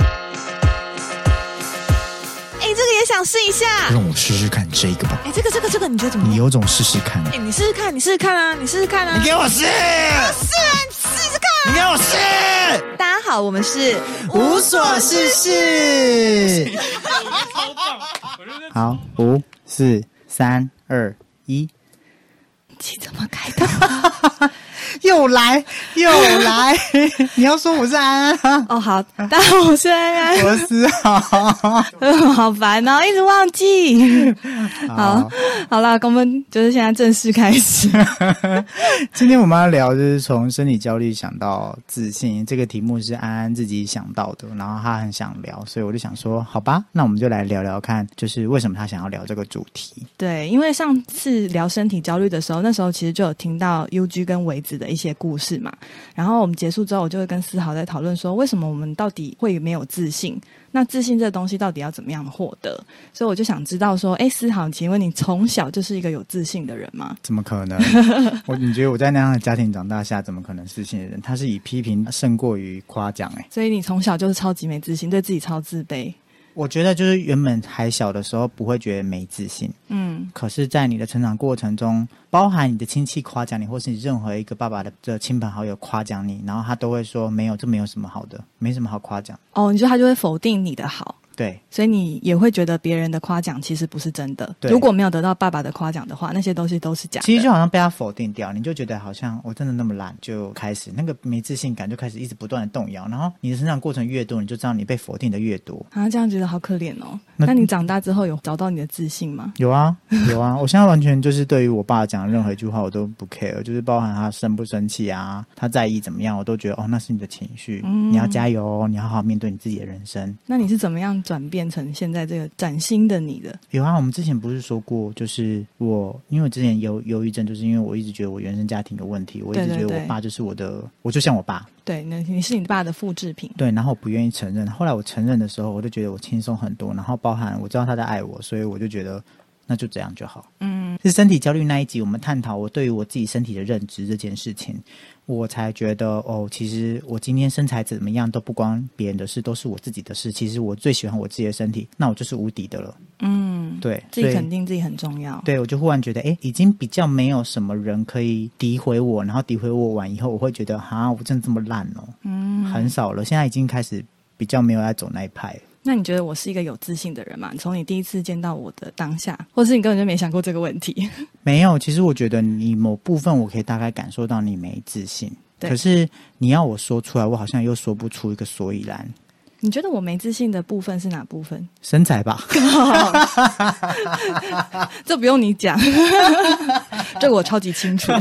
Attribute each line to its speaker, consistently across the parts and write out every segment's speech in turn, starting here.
Speaker 1: 哎想试一下。
Speaker 2: 让我试试看这个吧。
Speaker 1: 哎，这个这个这个，你觉得怎么
Speaker 2: 你
Speaker 1: 样？
Speaker 2: 有种试试看，
Speaker 1: 哎，你试试看，你试试看啊，你试试看啊
Speaker 2: 你，给我试，
Speaker 1: 试啊，你试试看
Speaker 2: 你给我试，
Speaker 1: 啊。大家好，我们是
Speaker 2: 无所事事。好，五四三二一，
Speaker 1: 奇怎么开头？
Speaker 2: 又来又来， 你要说我是安安，
Speaker 1: 哦，好，大家好，我是安安，
Speaker 2: 我是好。
Speaker 1: 好烦哦，一直忘记。 好，好啦，我们就是现在正式开始。
Speaker 2: 今天我们要聊就是从生理焦虑想到自信，这个题目是安安自己想到的，然后他很想聊，所以我就想说，好吧，那我们就来聊聊看，就是为什么他想要聊这个主题。
Speaker 1: 对，因为上次聊身体焦虑的时候，那时候其实就有听到 UG 跟维子的一些故事嘛。然后我们结束之后，我就会跟思豪在讨论说，为什么我们到底会没有自信？那自信这东西到底要怎么样获得？所以我就想知道说，哎，思豪，请问你从小就是一个有自信的人吗？
Speaker 2: 怎么可能？ 我你觉得我在那样的家庭长大下，怎么可能自信的人？他是以批评胜过于夸奖、欸。
Speaker 1: 所以你从小就是超级没自信，对自己超自卑。
Speaker 2: 我觉得就是原本还小的时候不会觉得没自信，
Speaker 1: 嗯，
Speaker 2: 可是，在你的成长过程中，包含你的亲戚夸奖你，或是你任何一个爸爸的的亲朋好友夸奖你，然后他都会说没有，这没有什么好的，没什么好夸奖。
Speaker 1: 哦，你说他就会否定你的好。
Speaker 2: 对
Speaker 1: 所以你也会觉得别人的夸奖其实不是真的。
Speaker 2: 对
Speaker 1: 如果没有得到爸爸的夸奖的话，那些东西都是假的。
Speaker 2: 其实就好像被他否定掉，你就觉得好像我真的那么懒，就开始那个没自信感就开始一直不断的动摇。然后你的成长过程越多，你就知道你被否定的越多。
Speaker 1: 啊，这样觉得好可怜哦。
Speaker 2: 那
Speaker 1: 那你长大之后有找到你的自信吗？
Speaker 2: 有啊，有啊！我 现在完全就是对于我爸讲任何一句话，我都不 care，就是包含他生不生气啊，他在意怎么样，我都觉得哦，那是你的情绪，
Speaker 1: 嗯
Speaker 2: 你要加油哦，你要好好面对你自己的人生。
Speaker 1: 那你是怎么样转变成现在这个崭新的你的？
Speaker 2: 有啊，我们之前不是说过，就是我，因为我之前忧忧郁症，就是因为我一直觉得我原生家庭有问题，我一直
Speaker 1: 对对
Speaker 2: 觉得
Speaker 1: 对
Speaker 2: 我爸就是我的，我就像我爸，
Speaker 1: 对，那你是你爸的复制品。
Speaker 2: 对，然后我不愿意承认。后来我承认的时候，我就觉得我轻松很多，然后包含我知道他在爱我，所以我就觉得那就这样就好。
Speaker 1: 嗯，
Speaker 2: 是身体焦虑那一集，我们探讨我对于我自己身体的认知这件事情，我才觉得哦，其实我今天身材怎么样都不关别人的事，都是我自己的事。其实我最喜欢我自己的身体，那我就是无敌的了。嗯，对，
Speaker 1: 自
Speaker 2: 所
Speaker 1: 己
Speaker 2: 以
Speaker 1: 肯定自己很重要。
Speaker 2: 对，我就忽然觉得，哎，已经比较没有什么人可以诋毁我，然后诋毁我完以后，我会觉得，哈，我真的这么烂哦，嗯，很少了。现在已经开始比较没有在走那一派了。
Speaker 1: 那你觉得我是一个有自信的人吗？从你第一次见到我的当下，或是你根本就没想过这个问题？
Speaker 2: 没有，其实我觉得你某部分我可以大概感受到你没自信，
Speaker 1: 对
Speaker 2: 可是你要我说出来，我好像又说不出一个所以 然。
Speaker 1: 你觉得我没自信的部分是哪部分？
Speaker 2: 身材吧，
Speaker 1: 这不用你讲， 这个我超级清 楚。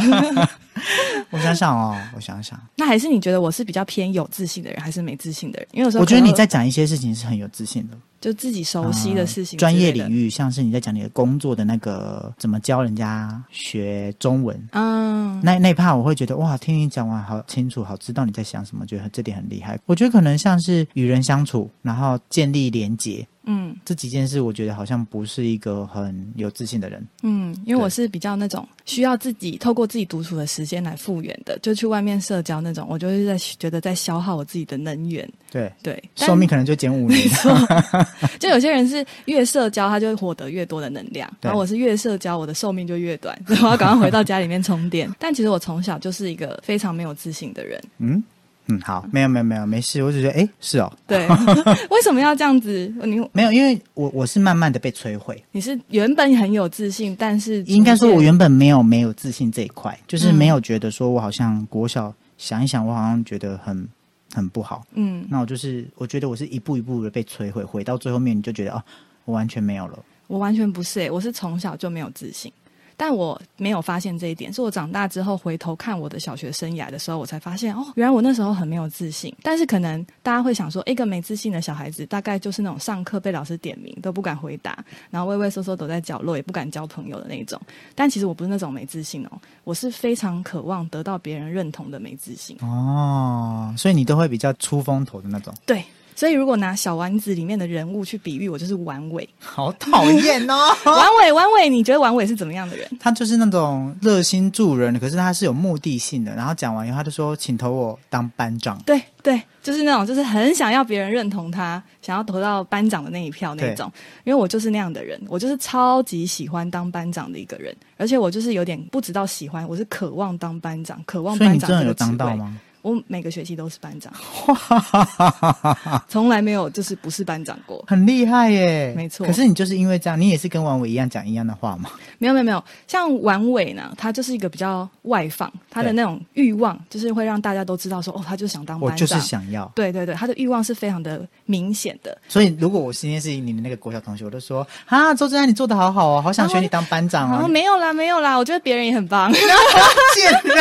Speaker 2: 我想想哦，我想想，
Speaker 1: 那还是你觉得我是比较偏有自信的人，还是没自信的人？因为有时候
Speaker 2: 我觉得
Speaker 1: 可能
Speaker 2: 你在讲一些事情是很有自信的，
Speaker 1: 就自己熟悉的事情、
Speaker 2: 啊专业领。域，像是你在讲你的工作的那个怎么教人家学中文，
Speaker 1: 嗯，
Speaker 2: 那那一趴我会觉得哇，听你讲完好清楚，好知道你在想什么，觉得这点很厉害。我觉得可能像是与人相处，然后建立连结
Speaker 1: 嗯
Speaker 2: 这几件事，我觉得好像不是一个很有自信的人。
Speaker 1: 嗯，因为我
Speaker 2: 对
Speaker 1: 是比较那种需要自己透过自己独处的时间来复原的，就去外面社交那种，我就是在觉得在消耗我自己的能源。
Speaker 2: 对，
Speaker 1: 对，但
Speaker 2: 寿命可能就减五年。
Speaker 1: 就有些人是越社交，他就会获得越多的能量，
Speaker 2: 对
Speaker 1: 然后我是越社交，我的寿命就越短，所以我要赶快回到家里面充 电。但其实我从小就是一个非常没有自信的人。
Speaker 2: 嗯嗯，好，没有没有没有，没事。我只觉得哎，是哦，
Speaker 1: 对，为什么要这样子？你
Speaker 2: 没有，因为我我是慢慢的被摧毁。
Speaker 1: 你是原本很有自信，但是
Speaker 2: 应该说，
Speaker 1: 逐渐
Speaker 2: 我原本没有没有自信这一块，就是没有觉得说我好像国小想一想，我好像觉得很很不好。
Speaker 1: 嗯，
Speaker 2: 那我就是，我觉得我是一步一步的被摧毁，毁到最后面你就觉得哦，我完全没有了。
Speaker 1: 我完全不是、欸，我是从小就没有自信，但我没有发现这一点，是我长大之后回头看我的小学生涯的时候，我才发现哦，原来我那时候很没有自信。但是可能大家会想说，一个没自信的小孩子，大概就是那种上课被老师点名都不敢回答，然后畏畏缩缩躲在角落，也不敢交朋友的那种。但其实我不是那种没自信哦，我是非常渴望得到别人认同的没自信。
Speaker 2: 哦，所以你都会比较出风头的那种。
Speaker 1: 对，所以如果拿小丸子里面的人物去比喻，我就是丸尾。
Speaker 2: 好讨厌哦！
Speaker 1: 丸尾，丸尾，你觉得丸尾是怎么样的人？
Speaker 2: 他就是那种热心助人的，可是他是有目的性的。然后讲完以后，他就说：“请投我当班长。
Speaker 1: 对对，就是那种，就是很想要别人认同他，想要投到班长的那一票那种。因为我就是那样的人，我就是超级喜欢当班长的一个人，而且我就是有点不知道喜欢，我是渴望当班长，渴”望
Speaker 2: 所以
Speaker 1: 班
Speaker 2: 你
Speaker 1: 长这
Speaker 2: 真的
Speaker 1: 个
Speaker 2: 有
Speaker 1: 职
Speaker 2: 当到
Speaker 1: 位。
Speaker 2: 吗？
Speaker 1: 我每个学期都是班 长，从来没有就是不是班长过。
Speaker 2: 很厉害耶！
Speaker 1: 没错
Speaker 2: 可是你就是因为这样，你也是跟王伟一样讲一样的话嘛？
Speaker 1: 没有没有没有，像丸尾呢，他就是一个比较外放，他的
Speaker 2: 对
Speaker 1: 那种欲望就是会让大家都知道说，哦，他就想当班
Speaker 2: 我
Speaker 1: 长。
Speaker 2: 就是想要。
Speaker 1: 对对对，他的欲望是非常的明显的。
Speaker 2: 所以如果我今天是你的那个国小同学，我就说：“啊，周志安，你做的好好哦，好想选你当班长
Speaker 1: 然后
Speaker 2: 哦。
Speaker 1: 没有啦，没有啦，我觉得别人也很 棒，就是
Speaker 2: 贱人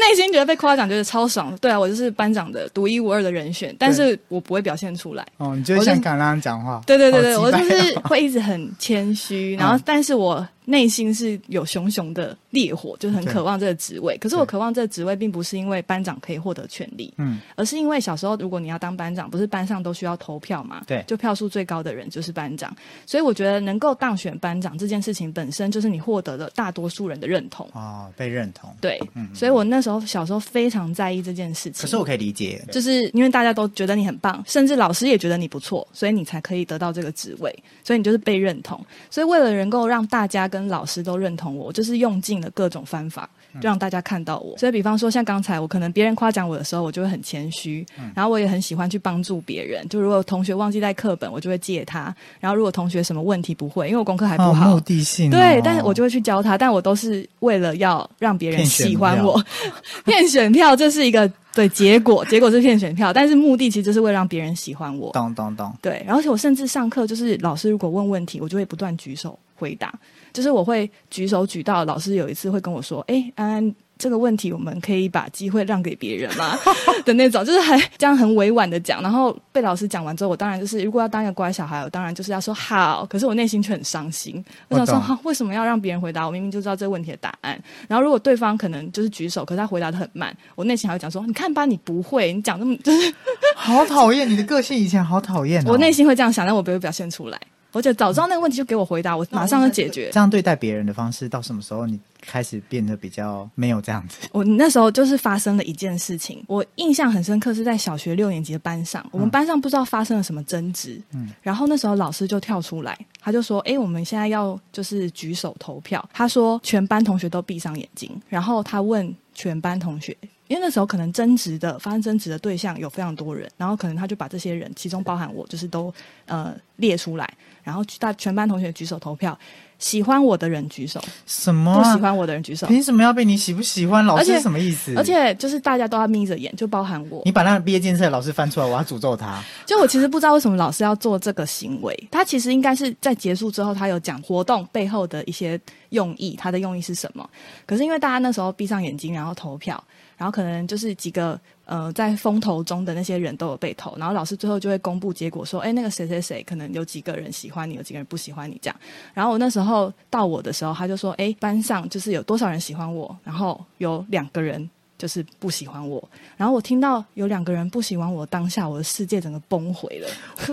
Speaker 1: 内心觉得被夸奖，觉得超爽。对啊，我就是班长的独一无二的人选，但是我不会表现出来。
Speaker 2: 哦，你就会像刚刚讲话。
Speaker 1: 对对对对，
Speaker 2: 好嗯
Speaker 1: 我
Speaker 2: 鸡
Speaker 1: 就
Speaker 2: 掰
Speaker 1: 是会一直很谦 虚，然后但是我内心是有熊熊的烈火，就是很
Speaker 2: 对
Speaker 1: 渴望这个职位。可是我
Speaker 2: 对
Speaker 1: 渴望这个职位，并不是因为班长可以获得权利，
Speaker 2: 嗯，
Speaker 1: 而是因为小时候如果你要当班长，不是班上都需要投票嘛？
Speaker 2: 对
Speaker 1: 就票数最高的人就是班长。所以我觉得能够当选班长这件事情本身，就是你获得了大多数人的认同。
Speaker 2: 哦，被认同。
Speaker 1: 对，所以我那时候小时候非常在意这件事情。
Speaker 2: 嗯可是我可以理解，哦
Speaker 1: 就是因为大家都觉得你很棒，甚至老师也觉得你不错，所以你才可以得到这个职位，所以你就是被认同。所以为了能够让大家跟老师都认同我，我就是用尽了各种方法，
Speaker 2: 嗯
Speaker 1: 就让大家看到我。所以比方说像刚才我可能别人夸奖我的时候，我就会很谦虚，
Speaker 2: 嗯
Speaker 1: 然后我也很喜欢去帮助别人。就如果同学忘记带课本，我就会借他；然后如果同学什么问题不会，因为我功课还不
Speaker 2: 哦，
Speaker 1: 好
Speaker 2: 目，的性哦。
Speaker 1: 对，但是我就会去教他，但我都是为了要让别人
Speaker 2: 骗选
Speaker 1: 喜欢我， 骗选票这是一个对结果，结果是骗选票，但是目的其实就是为了让别人喜欢我。
Speaker 2: 懂懂懂。
Speaker 1: 对，而且我甚至上课就是老师如果问问题，我就会不断举手回答，就是我会举手举到老师有一次会跟我说：“哎，安安。”这个问题我们可以把机会让给别人吗？ 的那种，就是很这样很委婉的讲，然后被老师讲完之后，我当然就是如果要当一个乖小孩，我当然就是要说好，可是我内心却很伤心，我想说
Speaker 2: 我懂
Speaker 1: 哈、为什么要让别人回答？我明明就知道这个问题的答案。然后如果对方可能就是举手，可是他回答的很慢，我内心还会讲说：你看吧，你不会，你讲那么就是
Speaker 2: 好讨厌你的个性，以前好讨厌、哦。
Speaker 1: 我内心会这样想，但我不会表现出来。我觉得早知道那个问题就给我回答，我马上就解决
Speaker 2: 这。样对待别人的方式，到什么时候你开始变得比较没有这样子？
Speaker 1: 我那时候就是发生了一件事情，我印象很深刻，是在小学六年级的班上，我们班上不知道发生了什么争执，
Speaker 2: 嗯
Speaker 1: 然后那时候老师就跳出来，他就说：“诶，我们现在要就是举手投票。”他说全班同学都闭上眼睛，然后他问全班同学。因为那时候可能争执的发生争执的对象有非常多人，然后可能他就把这些人，其中包含我，就是都呃列出来，然后大全班同学举手投票，喜欢我的人举手，
Speaker 2: 什么、
Speaker 1: 不
Speaker 2: 啊？
Speaker 1: 喜欢我的人举手，
Speaker 2: 凭什么要被你喜不喜欢？老
Speaker 1: 而
Speaker 2: 师
Speaker 1: 且
Speaker 2: 是什么意思？
Speaker 1: 而且就是大家都要眯着眼，就包含我
Speaker 2: 你。把那个毕业建设老师翻出来，我要诅 咒他。
Speaker 1: 就我其实不知道为什么老师要做这个行为，他其实应该是在结束之后，他有讲活动背后的一些用意，他的用意是什么。可是因为大家那时候闭上眼睛，然后投票，然后可能就是几个呃在风头中的那些人都有被投，然后老师最后就会公布结果说，哎，那个谁谁谁可能有几个人喜欢你，有几个人不喜欢你这样。然后我那时候到我的时候，他就说，哎，班上就是有多少人喜欢我，然后有两个人。就是不喜欢我，然后我听到有两个人不喜欢我，当下我的世界整个崩毁了。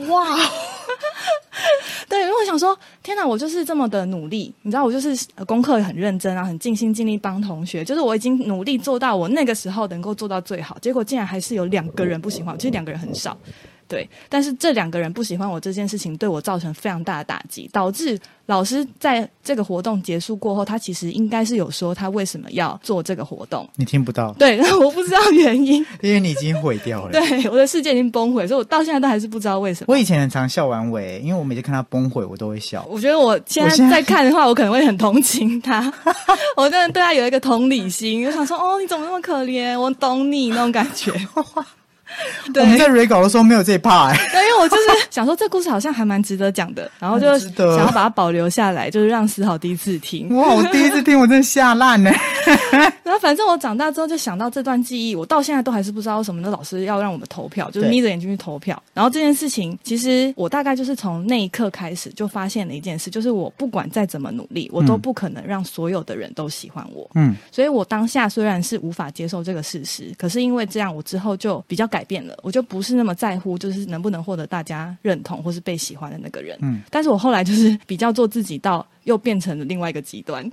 Speaker 2: 哇，
Speaker 1: 对，因为我想说，天哪，我就是这么的努力，你知道，我就是、呃功课很认真啊，很尽心尽力帮同学，就是我已经努力做到我那个时候能够做到最好，结果竟然还是有两个人不喜欢我，其实两个人很少。对，但是这两个人不喜欢我这件事情，对我造成非常大的打击，导致老师在这个活动结束过后，他其实应该是有说他为什么要做这个活动，
Speaker 2: 你听不到，
Speaker 1: 对， 然后我不知道原因，
Speaker 2: 因为你已经毁掉了。
Speaker 1: 对，我的世界已经崩毁，所以我到现在都还是不知道为什么。
Speaker 2: 我以前很常笑完伟，因为我每次看他崩毁，我都会笑。
Speaker 1: 我觉得我现
Speaker 2: 我现
Speaker 1: 在
Speaker 2: 在
Speaker 1: 在看的话，我可能会很同情他， 我真的对他有一个同理心，我想说，哦，你怎么那么可 怜？我懂你那种感觉。对，
Speaker 2: 我们在 re 稿的时候没有这一 part，、哎
Speaker 1: 对因为我就是想说这故事好像还蛮值得讲的，然后就
Speaker 2: 很值得
Speaker 1: 想要把它保留下来，就是让思豪第一次听。
Speaker 2: 哇，我第一次听，我真的吓 烂了。
Speaker 1: 然后反正我长大之后就想到这段记忆，我到现在都还是不知道为什么那老师要让我们投票，就是
Speaker 2: 对
Speaker 1: 眯着眼睛去投票。然后这件事情，其实我大概就是从那一刻开始就发现了一件事，就是我不管再怎么努力，我都
Speaker 2: 嗯
Speaker 1: 不可能让所有的人都喜欢我。
Speaker 2: 嗯，
Speaker 1: 所以我当下虽然是无法接受这个事实，可是因为这样，我之后就比较改变了，我就不是那么在乎，就是能不能获得大家认同或是被喜欢的那个人。
Speaker 2: 嗯，
Speaker 1: 但是我后来就是比较做自己，到又变成了另外一个极端。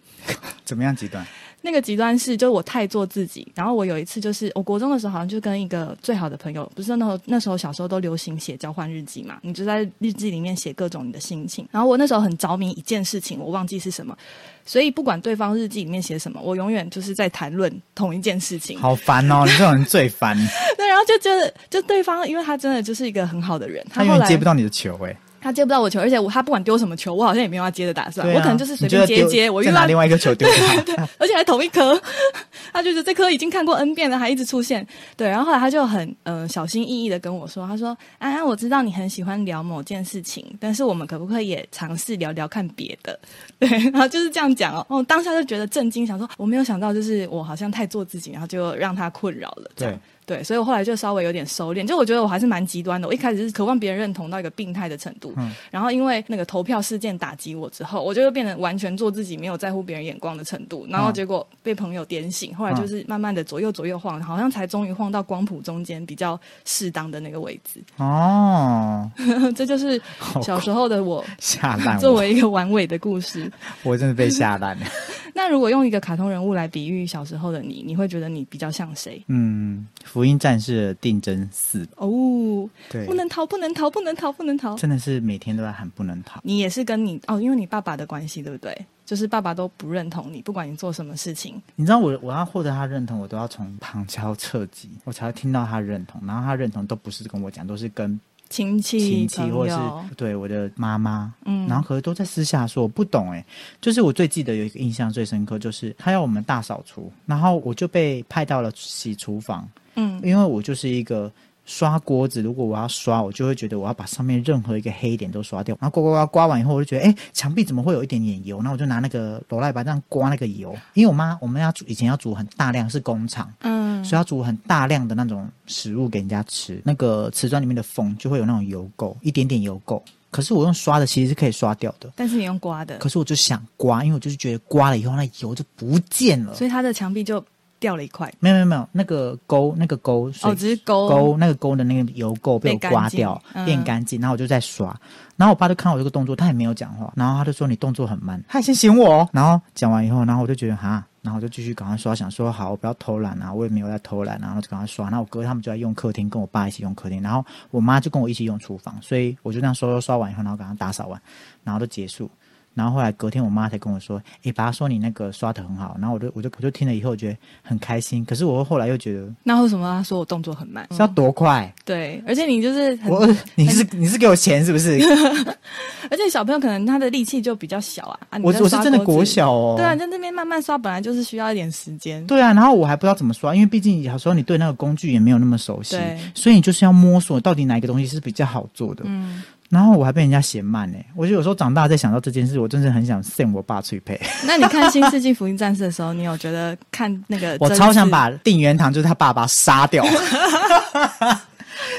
Speaker 2: 怎么样极端？
Speaker 1: 那个极端是，就是我太做自己。然后我有一次，就是我国中的时候，好像就跟一个最好的朋友，不是那时候那时候小时候都流行写交换日记嘛，你就在日记里面写各种你的心情。然后我那时候很着迷一件事情，我忘记是什么，所以不管对方日记里面写什么，我永远就是在谈论同一件事情。
Speaker 2: 好烦哦，你这种人 最烦，
Speaker 1: 对，然后就觉得，就对方，因为他真的就是一个很好的人，
Speaker 2: 他
Speaker 1: 后
Speaker 2: 永远
Speaker 1: 来
Speaker 2: 接不到你的球哎。
Speaker 1: 他接不到我球，而且我他不管丢什么球，我好像也没有要接的打算，
Speaker 2: 对啊
Speaker 1: 我可能就是随
Speaker 2: 你
Speaker 1: 便
Speaker 2: 就要
Speaker 1: 接一
Speaker 2: 丢
Speaker 1: 接，我遇
Speaker 2: 再
Speaker 1: 到
Speaker 2: 拿另外一个球丢给 他。
Speaker 1: 而且还同一颗， 他就是这颗已经看过 N 遍了，还一直出现。对，然后后来他就很呃小心翼翼的跟我说，他说：“安安，我知道你很喜欢聊某件事情，但是我们可不可以也尝试聊聊看别的？” 对，然后就是这样讲哦。我当下就觉得震惊，想说我没有想到，就是我好像太做自己，然后就让他困扰了。这样
Speaker 2: 对
Speaker 1: 对，所以我后来就稍微有点收敛，就我觉得我还是蛮极端的。我一开始是渴望别人认同到一个病态的程度，
Speaker 2: 嗯
Speaker 1: 然后因为那个投票事件打击我之后，我就又变得完全做自己，没有在乎别人眼光的程度。然后结果被朋友点醒，后来就是慢慢的左右左右晃，好像才终于晃到光谱中间比较适当的那个位置。
Speaker 2: 哦，
Speaker 1: 这就是小时候的我。
Speaker 2: 吓烂
Speaker 1: 作
Speaker 2: 我，
Speaker 1: 为一个完尾的故事，
Speaker 2: 我真的被吓烂了。
Speaker 1: 那如果用一个卡通人物来比喻小时候的你，你会觉得你比较像谁？
Speaker 2: 嗯，福音战士的定真寺，
Speaker 1: 哦，
Speaker 2: 对
Speaker 1: 不，能逃，不能逃，不能逃，不能逃。
Speaker 2: 真的是每天都在喊不能逃。
Speaker 1: 你也是跟你哦，因为你爸爸的关系，对不对？就是爸爸都不认同你，不管你做什么事情，
Speaker 2: 你知道我我要获得他认同，我都要从旁敲侧击，我才会听到他认同。然后他认同都不是跟我讲，都是跟
Speaker 1: 亲戚、
Speaker 2: 亲戚
Speaker 1: 朋
Speaker 2: 或者
Speaker 1: 友
Speaker 2: 是对我的妈妈，
Speaker 1: 嗯
Speaker 2: 然后可是都在私下说，我不懂哎、就是我最记得有一个印象最深刻，就是他要我们大扫除，然后我就被派到了洗厨房，
Speaker 1: 嗯
Speaker 2: 因为我就是一个。刷锅子，如果我要刷，我就会觉得我要把上面任何一个黑点都刷掉。然后刮刮刮刮完以后，我就觉得，哎、墙壁怎么会有一点点油？那我就拿那个罗赖把这样刮那个油，因为我妈我们要煮以前要煮很大量是工厂，
Speaker 1: 嗯
Speaker 2: 所以要煮很大量的那种食物给人家吃，那个瓷砖里面的缝就会有那种油垢，一点点油垢。可是我用刷的其实是可以刷掉的，
Speaker 1: 但是你用刮的，
Speaker 2: 可是我就想刮，因为我就是觉得刮了以后那油就不见了。
Speaker 1: 所以他的墙壁就掉了一块。
Speaker 2: 没有没有没有，那个沟那个沟水
Speaker 1: 哦，只是勾
Speaker 2: 沟那个沟的那个油垢被我刮掉
Speaker 1: 被干净，嗯
Speaker 2: 变干净，然后我就在刷，然后我爸就看我这个动作，他也没有讲话，然后他就说你动作很慢，他还先嫌我哦，然后讲完以后，然后我就觉得哈。然后我就继续赶快刷，想说好，我不要偷懒啊，我也没有在偷懒啊，然后就赶快刷。然后我哥他们就在用客厅，跟我爸一起用客厅，然后我妈就跟我一起用厨房，所以我就这样刷刷刷完以后，然后赶快打扫完，然后就结束。然后后来隔天，我妈才跟我说：“诶，爸说你那个刷的很好。”然后我就我就我就听了以后，我觉得很开心。可是我后来又觉得
Speaker 1: 那为什么他说我动作很慢？
Speaker 2: 是要多快？
Speaker 1: 对，而且你就是很，
Speaker 2: 我你是你是给我钱是 不是？
Speaker 1: 而且小朋友可能他的力气就比较小啊。啊你
Speaker 2: 我
Speaker 1: 在
Speaker 2: 我是
Speaker 1: 刷
Speaker 2: 真的
Speaker 1: 锅子
Speaker 2: 国小哦。
Speaker 1: 对啊，你在那边慢慢刷，本来就是需要一点时间。
Speaker 2: 对啊，然后我还不知道怎么刷，因为毕竟有时候你对那个工具也没有那么熟悉
Speaker 1: 对，
Speaker 2: 所以你就是要摸索到底哪一个东西是比较好做的。
Speaker 1: 嗯，
Speaker 2: 然后我还被人家嫌慢呢、我就有时候长大再想到这件事，我真是很想扇我爸脆配。
Speaker 1: 那你看《新世纪福音战士》的时候，你有觉得看那个
Speaker 2: 我
Speaker 1: 真
Speaker 2: 超想
Speaker 1: 嗣
Speaker 2: 把定元堂就是他爸爸杀掉。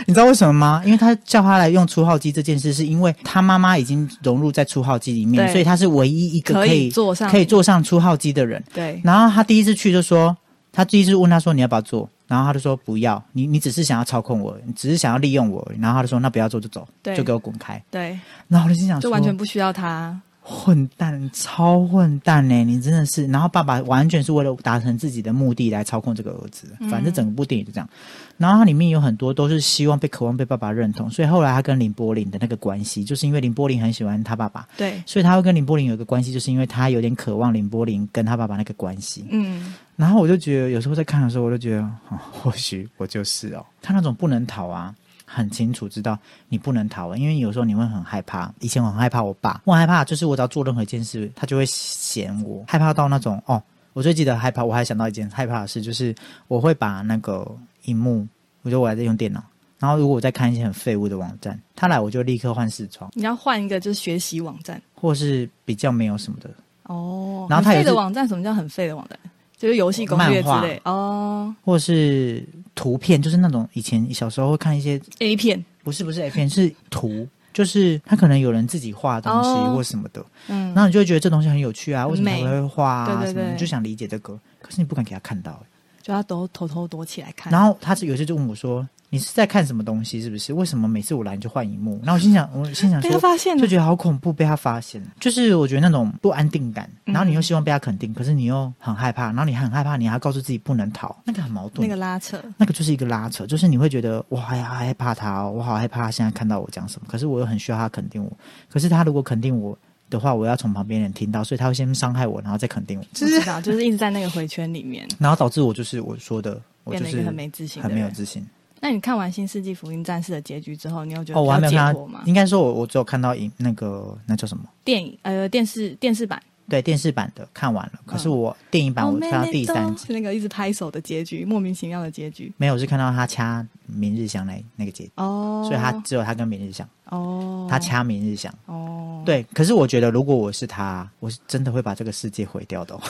Speaker 2: 你知道为什么吗？因为他叫他来用出号机这件事，是因为他妈妈已经融入在出号机里面，
Speaker 1: 对
Speaker 2: 所以他是唯一一个
Speaker 1: 可
Speaker 2: 可以
Speaker 1: 以坐上
Speaker 2: 可以坐上出号机的人。
Speaker 1: 对
Speaker 2: 然后他第一次去就说，他第一次问他说你要不要做，然后他就说不要，你你只是想要操控我，你只是想要利用我而已，然后他就说那不要做就走，
Speaker 1: 对
Speaker 2: 就给我滚开。
Speaker 1: 对，
Speaker 2: 然后我就心想
Speaker 1: 就
Speaker 2: 说，
Speaker 1: 完全不需要他。
Speaker 2: 混蛋，超混蛋呢、欸你真的是，然后爸爸完全是为了达成自己的目的来操控这个儿子，反正整部电影就这样。然后它里面有很多都是希望被渴望被爸爸认同，所以后来他跟林柏林的那个关系，就是因为林柏林很喜欢他爸爸，
Speaker 1: 对，
Speaker 2: 所以他会跟林柏林有一个关系，就是因为他有点渴望林柏林跟他爸爸那个关系。
Speaker 1: 嗯，
Speaker 2: 然后我就觉得，有时候在看的时候，我就觉得， 哦、或许我就是哦，他那种不能逃啊，很清楚知道你不能逃、啊，因为有时候你会很害怕。以前我很害怕我爸，我很害怕，就是我只要做任何一件事，他就会嫌我，害怕到那种哦。我最记得害怕，我还想到一件害怕的事，就是我会把那个荧幕，我觉得我还在用电脑，然后如果我在看一些很废物的网站，他来我就立刻换视窗，
Speaker 1: 你要换一个就是学习网站
Speaker 2: 或是比较没有什么的
Speaker 1: 哦。
Speaker 2: 然后它
Speaker 1: 很废
Speaker 2: 也是
Speaker 1: 的网站，什么叫很废的网站？就是游戏攻略之
Speaker 2: 漫画
Speaker 1: 类哦
Speaker 2: 或是图片，就是那种以前小时候会看一些，
Speaker 1: ，A 片，
Speaker 2: 不是不是 A 片，是图，就是他可能有人自己画东西
Speaker 1: 哦
Speaker 2: 或什么的，
Speaker 1: 嗯
Speaker 2: 然，后你就会觉得这东西很有趣啊，
Speaker 1: 很
Speaker 2: 为什么他
Speaker 1: 美
Speaker 2: 会画啊
Speaker 1: 对对
Speaker 2: 什么的，
Speaker 1: 对
Speaker 2: 你就想理解这个，可是你不敢给他看到、欸
Speaker 1: 就要都偷偷躲起来看。
Speaker 2: 然后他是有一次就问我说：“你是在看什么东西？是不是？为什么每次我来你就换荧幕？”然后我心想，我心想
Speaker 1: 被他
Speaker 2: 说，
Speaker 1: 发现
Speaker 2: 就
Speaker 1: 了，
Speaker 2: 觉得好恐怖，被他发现了，就是我觉得那种不安定感。
Speaker 1: 嗯
Speaker 2: 然后你又希望被他肯定，可是你又很害怕，然后你还很害怕，你还要告诉自己不能逃，那个很矛
Speaker 1: 那
Speaker 2: 盾。
Speaker 1: 个拉扯，
Speaker 2: 那个就是一个拉扯，就是你会觉得我还好害怕他、哦，我好害怕他现在看到我讲什么，可是我又很需要他肯定我。可是他如果肯定我的话，我要从旁边人听到，所以他会先伤害我，然后再肯定我，
Speaker 1: 不知道，就是一直在那个回圈里面，
Speaker 2: 然后导致我就是我说的，我
Speaker 1: 变
Speaker 2: 就
Speaker 1: 得一
Speaker 2: 是
Speaker 1: 个很没自信的
Speaker 2: 很没有
Speaker 1: 人。
Speaker 2: 自信。
Speaker 1: 那你看完《新世纪福音战士》的结局之后，你有觉得
Speaker 2: 哦，我还
Speaker 1: 比
Speaker 2: 没
Speaker 1: 较
Speaker 2: 有
Speaker 1: 解
Speaker 2: 看
Speaker 1: 惑
Speaker 2: 到
Speaker 1: 吗，？
Speaker 2: 应该说我我只有看到影那个那叫什么？
Speaker 1: 电影呃电视电视版，
Speaker 2: 对，电视版的看完了，可是
Speaker 1: 嗯
Speaker 2: 我电影版
Speaker 1: 哦
Speaker 2: 我
Speaker 1: 妹
Speaker 2: 看到
Speaker 1: 妹
Speaker 2: 第
Speaker 1: 都
Speaker 2: 三集，
Speaker 1: 那个一直拍手的结局，莫名其妙的结局
Speaker 2: 没有，我是看到他掐明日香那那个节，
Speaker 1: 哦，
Speaker 2: 所以他只有他跟明日香，
Speaker 1: 哦
Speaker 2: 他掐明日香。
Speaker 1: 哦，
Speaker 2: 对，可是我觉得如果我是他，我是真的会把这个世界毁掉的、哦。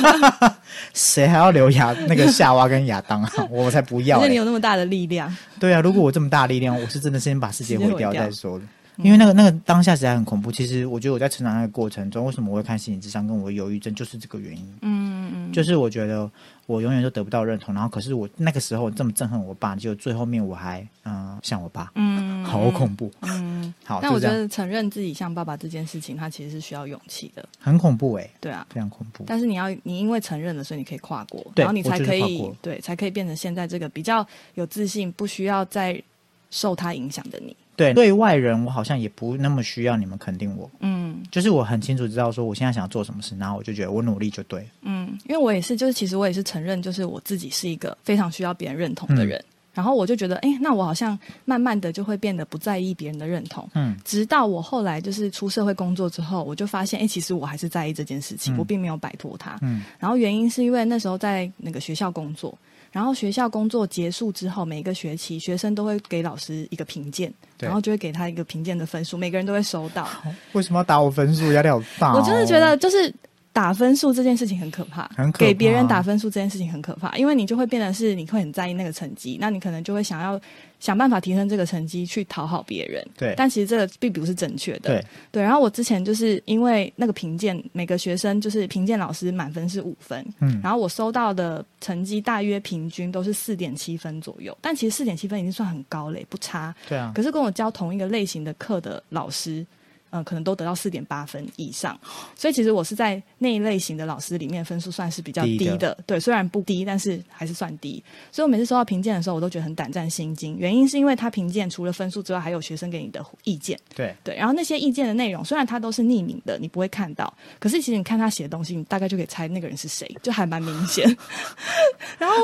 Speaker 2: 谁还要留亚那个夏娃跟亚当啊？ 我才不要、
Speaker 1: 而且你
Speaker 2: 欸！
Speaker 1: 有那么大的力量，
Speaker 2: 对啊，如果我这么大力量，我是真的先把世界毁
Speaker 1: 世界
Speaker 2: 掉
Speaker 1: 毁掉嗯
Speaker 2: 再说了。因为那个那个当下实在很恐怖。其实我觉得我在成长那个过程中，为什么我会看心理智商，跟我有忧郁症，就是这个原因。
Speaker 1: 嗯嗯，
Speaker 2: 就是我觉得我永远都得不到认同，然后可是我那个时候这么憎恨我爸，就最后面我还嗯、呃像我爸，
Speaker 1: 嗯
Speaker 2: 好恐怖，
Speaker 1: 嗯，
Speaker 2: 好，
Speaker 1: 但我
Speaker 2: 就这
Speaker 1: 觉
Speaker 2: 样，
Speaker 1: 得承认自己像爸爸这件事情，它其实是需要勇气的，
Speaker 2: 很恐怖哎、
Speaker 1: 对啊。
Speaker 2: 非常恐怖。
Speaker 1: 但是你要，你因为承认了，所以你可以跨过，
Speaker 2: 对
Speaker 1: 然后你才可
Speaker 2: 我就是跨
Speaker 1: 以
Speaker 2: 过
Speaker 1: 对，才可以变成现在这个比较有自信，不需要再受他影响的你。
Speaker 2: 对对外人，我好像也不那么需要你们肯定我，
Speaker 1: 嗯
Speaker 2: 就是我很清楚知道说我现在想做什么事，然后我就觉得我努力就对了。
Speaker 1: 嗯，因为我也是，就是其实我也是承认，就是我自己是一个非常需要别人认
Speaker 2: 嗯
Speaker 1: 同的人。然后我就觉得，哎、那我好像慢慢的就会变得不在意别人的认同。
Speaker 2: 嗯，
Speaker 1: 直到我后来就是出社会工作之后，我就发现，哎、其实我还是在意这件事情，
Speaker 2: 嗯
Speaker 1: 我并没有摆脱它。
Speaker 2: 嗯，
Speaker 1: 然后原因是因为那时候在那个学校工作，然后学校工作结束之后，每一个学期学生都会给老师一个评鉴，
Speaker 2: 对
Speaker 1: 然后就会给他一个评鉴的分数，每个人都会收到。
Speaker 2: 为什么要打我分数？压力好大、哦
Speaker 1: 我真的觉得就是。打分数这件事情很可怕，
Speaker 2: 很可怕啊
Speaker 1: 给别人打分数这件事情很可怕，因为你就会变得是你会很在意那个成绩，那你可能就会想要想办法提升这个成绩去讨好别人，
Speaker 2: 对
Speaker 1: 但其实这个并不是正确的，
Speaker 2: 对，
Speaker 1: 对，然后我之前就是因为那个评鉴，每个学生就是评鉴老师满分是五分，
Speaker 2: 嗯
Speaker 1: 然后我收到的成绩大约平均都是四点七分左右，但其实四点七分已经算很高嘞，不差。
Speaker 2: 对啊，
Speaker 1: 可是跟我教同一个类型的课的老师，呃，可能都得到四点八分以上，所以其实我是在那一类型的老师里面分数算是比较
Speaker 2: 低
Speaker 1: 低
Speaker 2: 的
Speaker 1: 的，对，虽然不低，但是还是算低。所以我每次收到评鉴的时候，我都觉得很胆战心惊，原因是因为他评鉴除了分数之外，还有学生给你的意见。
Speaker 2: 对，
Speaker 1: 对，然后那些意见的内容虽然它都是匿名的，你不会看到，可是其实你看他写的东西，你大概就可以猜那个人是谁，就还蛮明显。 然后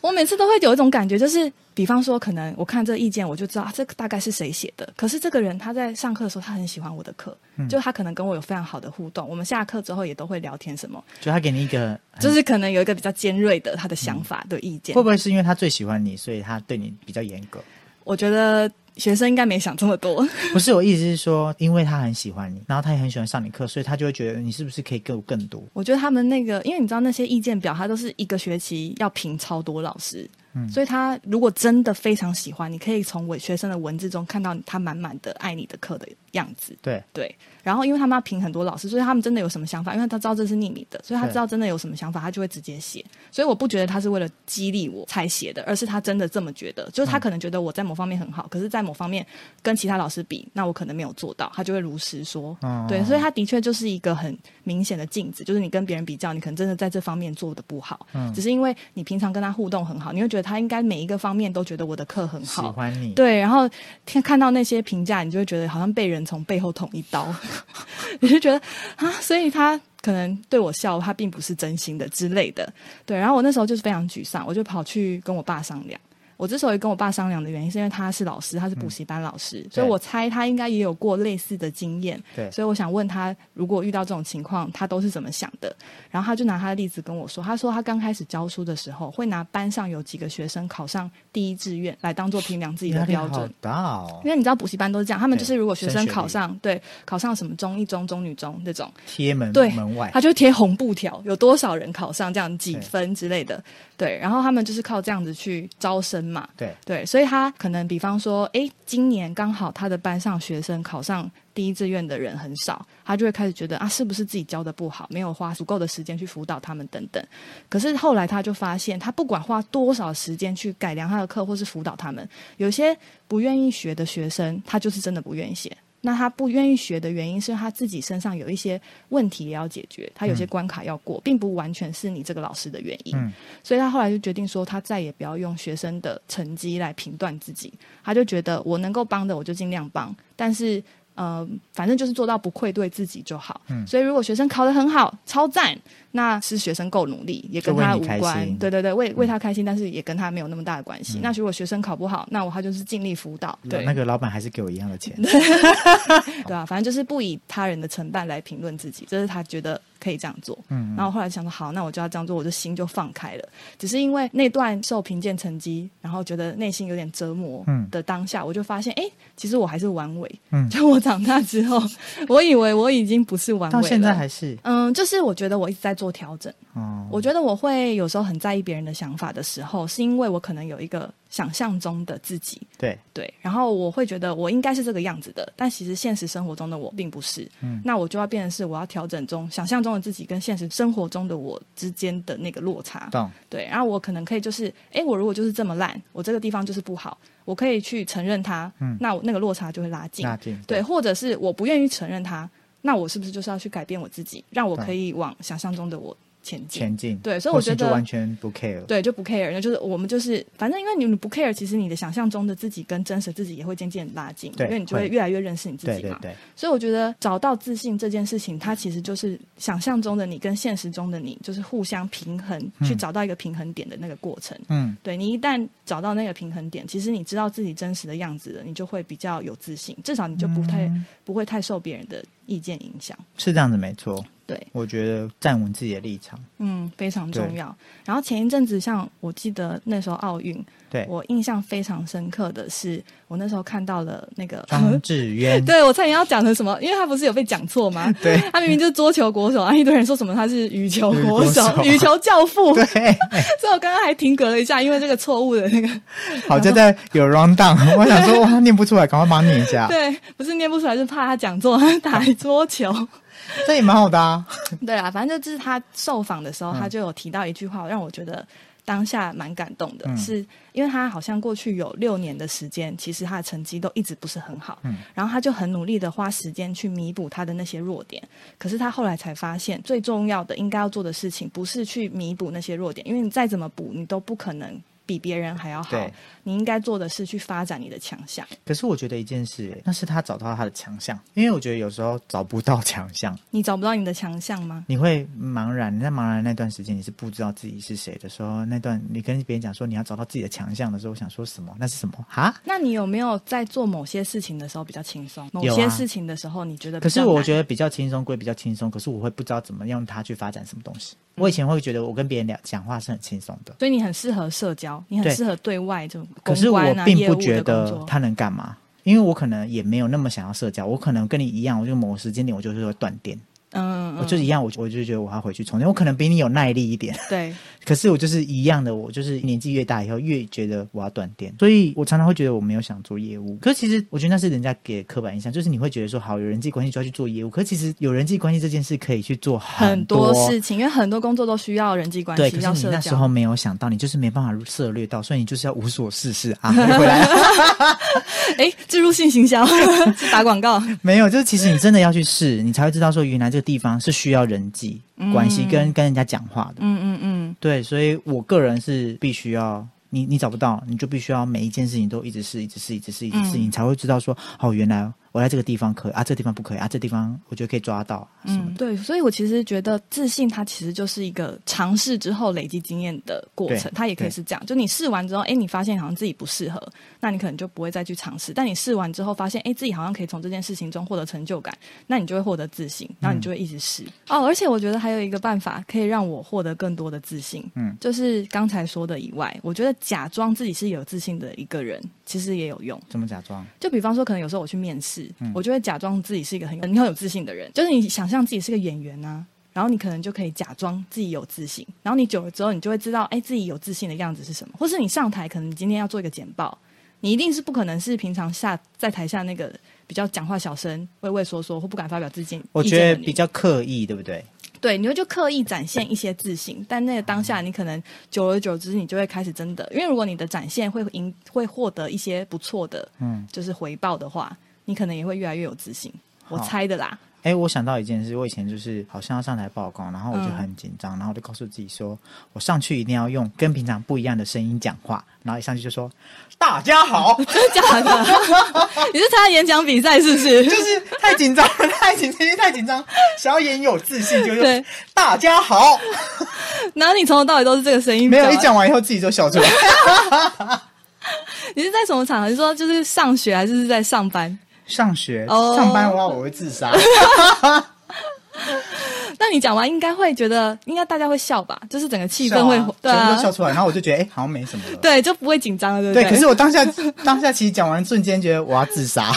Speaker 1: 我每次都会有一种感觉，就是比方说，可能我看这个意见，我就知道、啊、这个大概是谁写的。可是这个人他在上课的时候，他很喜欢我的课，就他可能跟我有非常好的互动，我们下课之后也都会聊天什么，
Speaker 2: 就他给你一个，
Speaker 1: 就是可能有一个比较尖锐的他的想法的意见。
Speaker 2: 哎会不会是因为他最喜欢你，所以他对你比较严格？
Speaker 1: 我觉得学生应该没想这么多。
Speaker 2: 不是，我意思是说，因为他很喜欢你，然后他也很喜欢上你课，所以他就会觉得你是不是可以给我更多？
Speaker 1: 我觉得他们那个，因为你知道那些意见表，他都是一个学期要评超多老师，所以他如果真的非常喜欢，你可以从我学生的文字中看到他满满的爱你的课的样子。
Speaker 2: 对，
Speaker 1: 对，然后因为他们要评很多老师，所以他们真的有什么想法，因为他知道这是匿名的，所以他
Speaker 2: 对
Speaker 1: 知道真的有什么想法，他就会直接写。所以我不觉得他是为了激励我才写的，而是他真的这么觉得，就是他可能觉得我在某方面很好，可是在某方面跟其他老师比，那我可能没有做到，他就会如实说。
Speaker 2: 嗯
Speaker 1: 对，所以他的确就是一个很明显的镜子，就是你跟别人比较，你可能真的在这方面做的不好，只是因为你平常跟他互动很好，你会觉得他应该每一个方面都觉得我的课很
Speaker 2: 喜
Speaker 1: 好，
Speaker 2: 欢你，
Speaker 1: 对，然后看看到那些评价，你就会觉得好像被人从背后捅一刀， 你就觉得啊，所以他可能对我笑，他并不是真心的之类的。对，然后我那时候就是非常沮丧，我就跑去跟我爸商量。我之所以跟我爸商量的原因，是因为他是老师，他是补习班老师，所以我猜他应该也有过类似的经验。
Speaker 2: 嗯对
Speaker 1: 所以我想问他，如果遇到这种情况，他都是怎么想的？然后他就拿他的例子跟我说，他说他刚开始教书的时候，会拿班上有几个学生考上第一志愿来当做评量自己的
Speaker 2: 压力
Speaker 1: 标
Speaker 2: 好
Speaker 1: 准。
Speaker 2: 大哦
Speaker 1: 因！为你知道补习班都是这样，他们就是
Speaker 2: 对
Speaker 1: 如果学
Speaker 2: 升
Speaker 1: 生
Speaker 2: 学
Speaker 1: 考
Speaker 2: 率
Speaker 1: 上对考上什么中一中、中女中那种，
Speaker 2: 贴门
Speaker 1: 对
Speaker 2: 门外
Speaker 1: 他，就会贴红布条，有多少人考上这样几分之类的，对，然后他们就是靠这样子去招生嘛，
Speaker 2: 对
Speaker 1: 对，所以他可能比方说，诶，今年刚好他的班上学生考上第一志愿的人很少，他就会开始觉得啊，是不是自己教的不好，没有花足够的时间去辅导他们等等。可是后来他就发现，他不管花多少时间去改良他的课或是辅导他们，有些不愿意学的学生，他就是真的不愿意学。那他不愿意学的原因是他自己身上有一些问题也要解决，他有些关卡要过，并不完全是你这个老师的原因。
Speaker 2: 嗯
Speaker 1: 所以他后来就决定说，他再也不要用学生的成绩来评断自己，他就觉得我能够帮的我就尽量帮，但是呃，反正就是做到不愧对自己就好。
Speaker 2: 嗯
Speaker 1: 所以如果学生考得很好，超赞，那是学生够努力，也跟他
Speaker 2: 就为
Speaker 1: 无
Speaker 2: 你开
Speaker 1: 关。
Speaker 2: 心嗯
Speaker 1: 对对对，为为他开心，但是也跟他没有那么大的关系。那如果学生考不好，那我他就是尽力辅导。对，
Speaker 2: 那个老板还是给我一样的钱，
Speaker 1: 对啊，反正就是不以他人的成败来评论自己，这是他觉得可以这样做。
Speaker 2: 嗯，
Speaker 1: 然后后来想说，好，那我就要这样做，我就心就放开了。只是因为那段受评鉴成绩，然后觉得内心有点折磨
Speaker 2: 嗯
Speaker 1: 的当下，我就发现，哎，其实我还是完美。
Speaker 2: 嗯
Speaker 1: 就我长大之后，我以为我已经不是完美
Speaker 2: 到
Speaker 1: 了，
Speaker 2: 现在还是
Speaker 1: 嗯，就是我觉得我一直在做调整。
Speaker 2: 哦，
Speaker 1: 我觉得我会有时候很在意别人的想法的时候，是因为我可能有一个想象中的自己，
Speaker 2: 对
Speaker 1: 对，然后我会觉得我应该是这个样子的，但其实现实生活中的我并不是。
Speaker 2: 嗯
Speaker 1: 那我就要变成是我要调整中想象中的自己跟现实生活中的我之间的那个落差。
Speaker 2: 懂
Speaker 1: 对，然后我可能可以就是，诶，我如果就是这么烂，我这个地方就是不好，我可以去承认它，
Speaker 2: 嗯
Speaker 1: 那我那个落差就会拉近。
Speaker 2: 那进
Speaker 1: 对，或者是我不愿意承认它，那我是不是就是要去改变我自己，让我
Speaker 2: 懂
Speaker 1: 可以往想象中的我前进？
Speaker 2: 前进，
Speaker 1: 对所以我
Speaker 2: 或是
Speaker 1: 觉得
Speaker 2: 就完全不 care，
Speaker 1: 对，就不 care，那就是我们就是，反正因为你不 care，其实你的想象中的自己跟真实自己也会渐渐拉近，
Speaker 2: 对
Speaker 1: 因为你就会
Speaker 2: 会
Speaker 1: 越来越认识你自己嘛。
Speaker 2: 对对对，
Speaker 1: 所以我觉得找到自信这件事情，它其实就是想象中的你跟现实中的你，就是互相平衡，
Speaker 2: 嗯
Speaker 1: 去找到一个平衡点的那个过程。
Speaker 2: 嗯，
Speaker 1: 对你一旦找到那个平衡点，其实你知道自己真实的样子了，你就会比较有自信，至少你就不太、
Speaker 2: 嗯
Speaker 1: 不会太受别人的意见影响。
Speaker 2: 是这样子没错。
Speaker 1: 对，
Speaker 2: 我觉得站稳自己的立场，
Speaker 1: 嗯，非常重
Speaker 2: 对
Speaker 1: 要。然后前一阵子，像我记得那时候奥运，
Speaker 2: 对，
Speaker 1: 我印象非常深刻的是，我那时候看到了那个，嗯
Speaker 2: 庄智
Speaker 1: ，
Speaker 2: 渊
Speaker 1: 对我差点要讲成什么，因为他不是有被讲错吗？
Speaker 2: 对
Speaker 1: 他明明就是桌球国手，啊，一堆人说什么他是羽球国手
Speaker 2: 羽球、国手
Speaker 1: 羽球教父，
Speaker 2: 对，
Speaker 1: 所以我刚刚还停格了一下，因为这个错误的那个，
Speaker 2: 好就在有 round down，我想说哇，他念不出来，赶快帮你一下，
Speaker 1: 对，不是念不出来，是怕他讲错，他打桌球。
Speaker 2: 这也蛮好的啊，
Speaker 1: 对啊，反正就是他受访的时候，
Speaker 2: 嗯
Speaker 1: 他就有提到一句话，让我觉得当下蛮感动的，
Speaker 2: 嗯
Speaker 1: 是因为他好像过去有六年的时间，其实他的成绩都一直不是很好，
Speaker 2: 嗯
Speaker 1: 然后他就很努力的花时间去弥补他的那些弱点，可是他后来才发现，最重要的应该要做的事情，不是去弥补那些弱点，因为你再怎么补，你都不可能。比别人还要好
Speaker 2: 对，
Speaker 1: 你应该做的是去发展你的强项。
Speaker 2: 可是我觉得一件事，那是他找到他的强项，因为我觉得有时候找不到强项，
Speaker 1: 你找不到你的强项吗？
Speaker 2: 你会茫然。你在茫然那段时间，你是不知道自己是谁的时候，那段你跟别人讲说你要找到自己的强项的时候，我想说什么？那是什么哈？
Speaker 1: 那你有没有在做某些事情的时候比较轻松？某
Speaker 2: 有啊
Speaker 1: 些事情的时候你觉得比
Speaker 2: 可是
Speaker 1: 较
Speaker 2: 我
Speaker 1: 难
Speaker 2: 觉得比较轻松归比较轻松，可是我会不知道怎么用它去发展什么东西。我
Speaker 1: 嗯
Speaker 2: 以前会觉得我跟别人聊讲话是很轻松的，
Speaker 1: 所以你很适合社交，你很
Speaker 2: 对
Speaker 1: 适合对外这种公
Speaker 2: 可是我
Speaker 1: 关啊、
Speaker 2: 并
Speaker 1: 业务
Speaker 2: 不
Speaker 1: 的
Speaker 2: 觉
Speaker 1: 工
Speaker 2: 得
Speaker 1: 作
Speaker 2: 他能干嘛，因为我可能也没有那么想要社交，我可能跟你一样，我就某个时间点我就是会断电，
Speaker 1: 嗯，嗯
Speaker 2: 我就一样，我我就觉得我要回去充电，我可能比你有耐力一点。
Speaker 1: 对，
Speaker 2: 可是我就是一样的，我就是年纪越大以后越觉得我要断电，所以我常常会觉得我没有想做业务。可是其实我觉得那是人家给的刻板印象，就是你会觉得说好有人际关系就要去做业务，可是其实有人际关系这件事可以去做
Speaker 1: 很
Speaker 2: 多
Speaker 1: 多事情，因为很多工作都需要人际关
Speaker 2: 对，
Speaker 1: 系
Speaker 2: 可，是
Speaker 1: 要
Speaker 2: 你
Speaker 1: 社
Speaker 2: 那时
Speaker 1: 交
Speaker 2: 候。没有想到，你就是没办法涉略到，所以你就是要无所事事啊！ 你回来了
Speaker 1: 哎，植入性行 销 是打广告，
Speaker 2: 没有？就是其实你真的要去试，你才会知道说原来这个地方是需要人际关系跟、跟人家讲话的。
Speaker 1: 嗯嗯嗯，
Speaker 2: 对，所以我个人是必须要。你你找不到，你就必须要每一件事情都一直试，一直试，一直试，一直试，
Speaker 1: 嗯
Speaker 2: 你才会知道说，哦，原来我在这个地方可以啊，这个地方不可以啊，这个地方我觉得可以抓到什么
Speaker 1: 嗯，对，所以我其实觉得自信它其实就是一个尝试之后累积经验的过程
Speaker 2: 对，
Speaker 1: 它也可以
Speaker 2: 对
Speaker 1: 是这样，就你试完之后，哎，你发现好像自己不适合，那你可能就不会再去尝试；但你试完之后发现，哎，自己好像可以从这件事情中获得成就感，那你就会获得自信，
Speaker 2: 嗯
Speaker 1: 然后你就会一直试。哦，而且我觉得还有一个办法可以让我获得更多的自信，
Speaker 2: 嗯
Speaker 1: 嗯，就是刚才说的以外，我觉得假装自己是有自信的一个人，其实也有用。
Speaker 2: 怎么假装？
Speaker 1: 就比方说，可能有时候我去面试，
Speaker 2: 嗯
Speaker 1: 我就会假装自己是一个很有很有自信的人，就是你想象自己是个演员啊，然后你可能就可以假装自己有自信，然后你久了之后，你就会知道，哎，自己有自信的样子是什么，或是你上台，可能你今天要做一个简报，你一定是不可能是平常下在台下那个比较讲话小声、畏畏缩缩或不敢发表自己
Speaker 2: 我
Speaker 1: 意
Speaker 2: 觉
Speaker 1: 见
Speaker 2: 得
Speaker 1: 的你
Speaker 2: 比较刻意，对不对？
Speaker 1: 对，你会就刻意展现一些自信，但那个当下你可能久而久之，你就会开始真的，因为如果你的展现会赢，会获得一些不错的，
Speaker 2: 嗯
Speaker 1: 嗯，就是回报的话，你可能也会越来越有自信。我
Speaker 2: 好
Speaker 1: 猜的啦，
Speaker 2: 哎，我想到一件事，我以前就是好像要上台报告，然后我就
Speaker 1: 嗯
Speaker 2: 很紧张，然后我就告诉自己说，我上去一定要用跟平常不一样的声音讲话，然后一上去就说大家好，
Speaker 1: 真的假的？ 你是参加演讲比赛是不是？
Speaker 2: 就是太紧张了，太紧张，太紧张，想要演有自信，就
Speaker 1: 对
Speaker 2: 是大家好，
Speaker 1: 然后你从头到尾都是这个声音， 啊
Speaker 2: 没有一，讲完以后自己就 笑出来。
Speaker 1: 你是在什么场合？你说就是上学还是是在上班？
Speaker 2: 上学、
Speaker 1: 哦
Speaker 2: 上班的话，我会 自杀。
Speaker 1: 那你讲完应该会觉得，应该大家会笑吧？就是整个气氛会，
Speaker 2: 笑啊
Speaker 1: 对
Speaker 2: 全部都笑
Speaker 1: 啊，
Speaker 2: 出来，然后我就觉得，哎、好像没什么了。
Speaker 1: 对，就不会紧张了，对不
Speaker 2: 对，
Speaker 1: 对
Speaker 2: 可是我当下当下其实讲完瞬间觉得我要自 杀。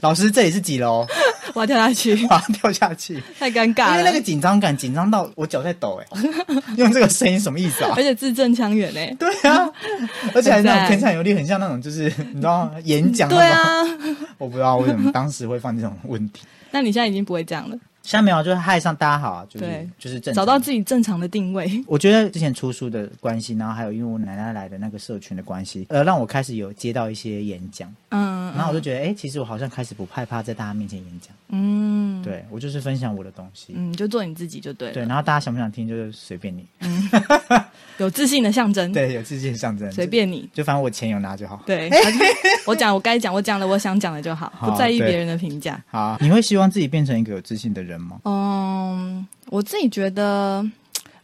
Speaker 2: 老师，这里是几楼？
Speaker 1: 我要跳下去，
Speaker 2: 我要跳下去，因
Speaker 1: 太尴尬了。
Speaker 2: 为那个紧张感紧张到我脚在抖、哎，用这个声音什么意思啊
Speaker 1: 而？且字正腔圆欸 诶、
Speaker 2: 对啊，而且还那种
Speaker 1: 很赞
Speaker 2: 铿锵有力，很像那种就是你知道吗？演讲那
Speaker 1: 对
Speaker 2: 种。
Speaker 1: 啊，
Speaker 2: 我不知道为什么当时会犯这种问题。
Speaker 1: 那你现在已经不会这样了，
Speaker 2: 现在没有，就是嗨上大家好啊，就是
Speaker 1: 对
Speaker 2: 就是正
Speaker 1: 找到
Speaker 2: 己。
Speaker 1: 自己正常的定位。
Speaker 2: 我觉得之前出书的关系，然后还有因为我奶奶来的那个社群的关系，呃，让我开始有接到一些演讲，
Speaker 1: 嗯，
Speaker 2: 然后我就觉得，哎、其实我好像开始不害怕在大家面前演讲，
Speaker 1: 嗯，
Speaker 2: 对我就是分享我的东西，
Speaker 1: 嗯，就做你自己就对了，
Speaker 2: 对，然后大家想不想听就是随便你，
Speaker 1: 嗯有自信的象征，
Speaker 2: 对，有自己的象征，
Speaker 1: 随便你。
Speaker 2: 就，就反正我钱有拿就好。
Speaker 1: 对，我讲我该讲，我讲了我想讲的就好，
Speaker 2: 好
Speaker 1: 不在意
Speaker 2: 对
Speaker 1: 别人的评价。
Speaker 2: 好啊，你会希望自己变成一个有自信的人吗？
Speaker 1: 嗯，我自己觉得，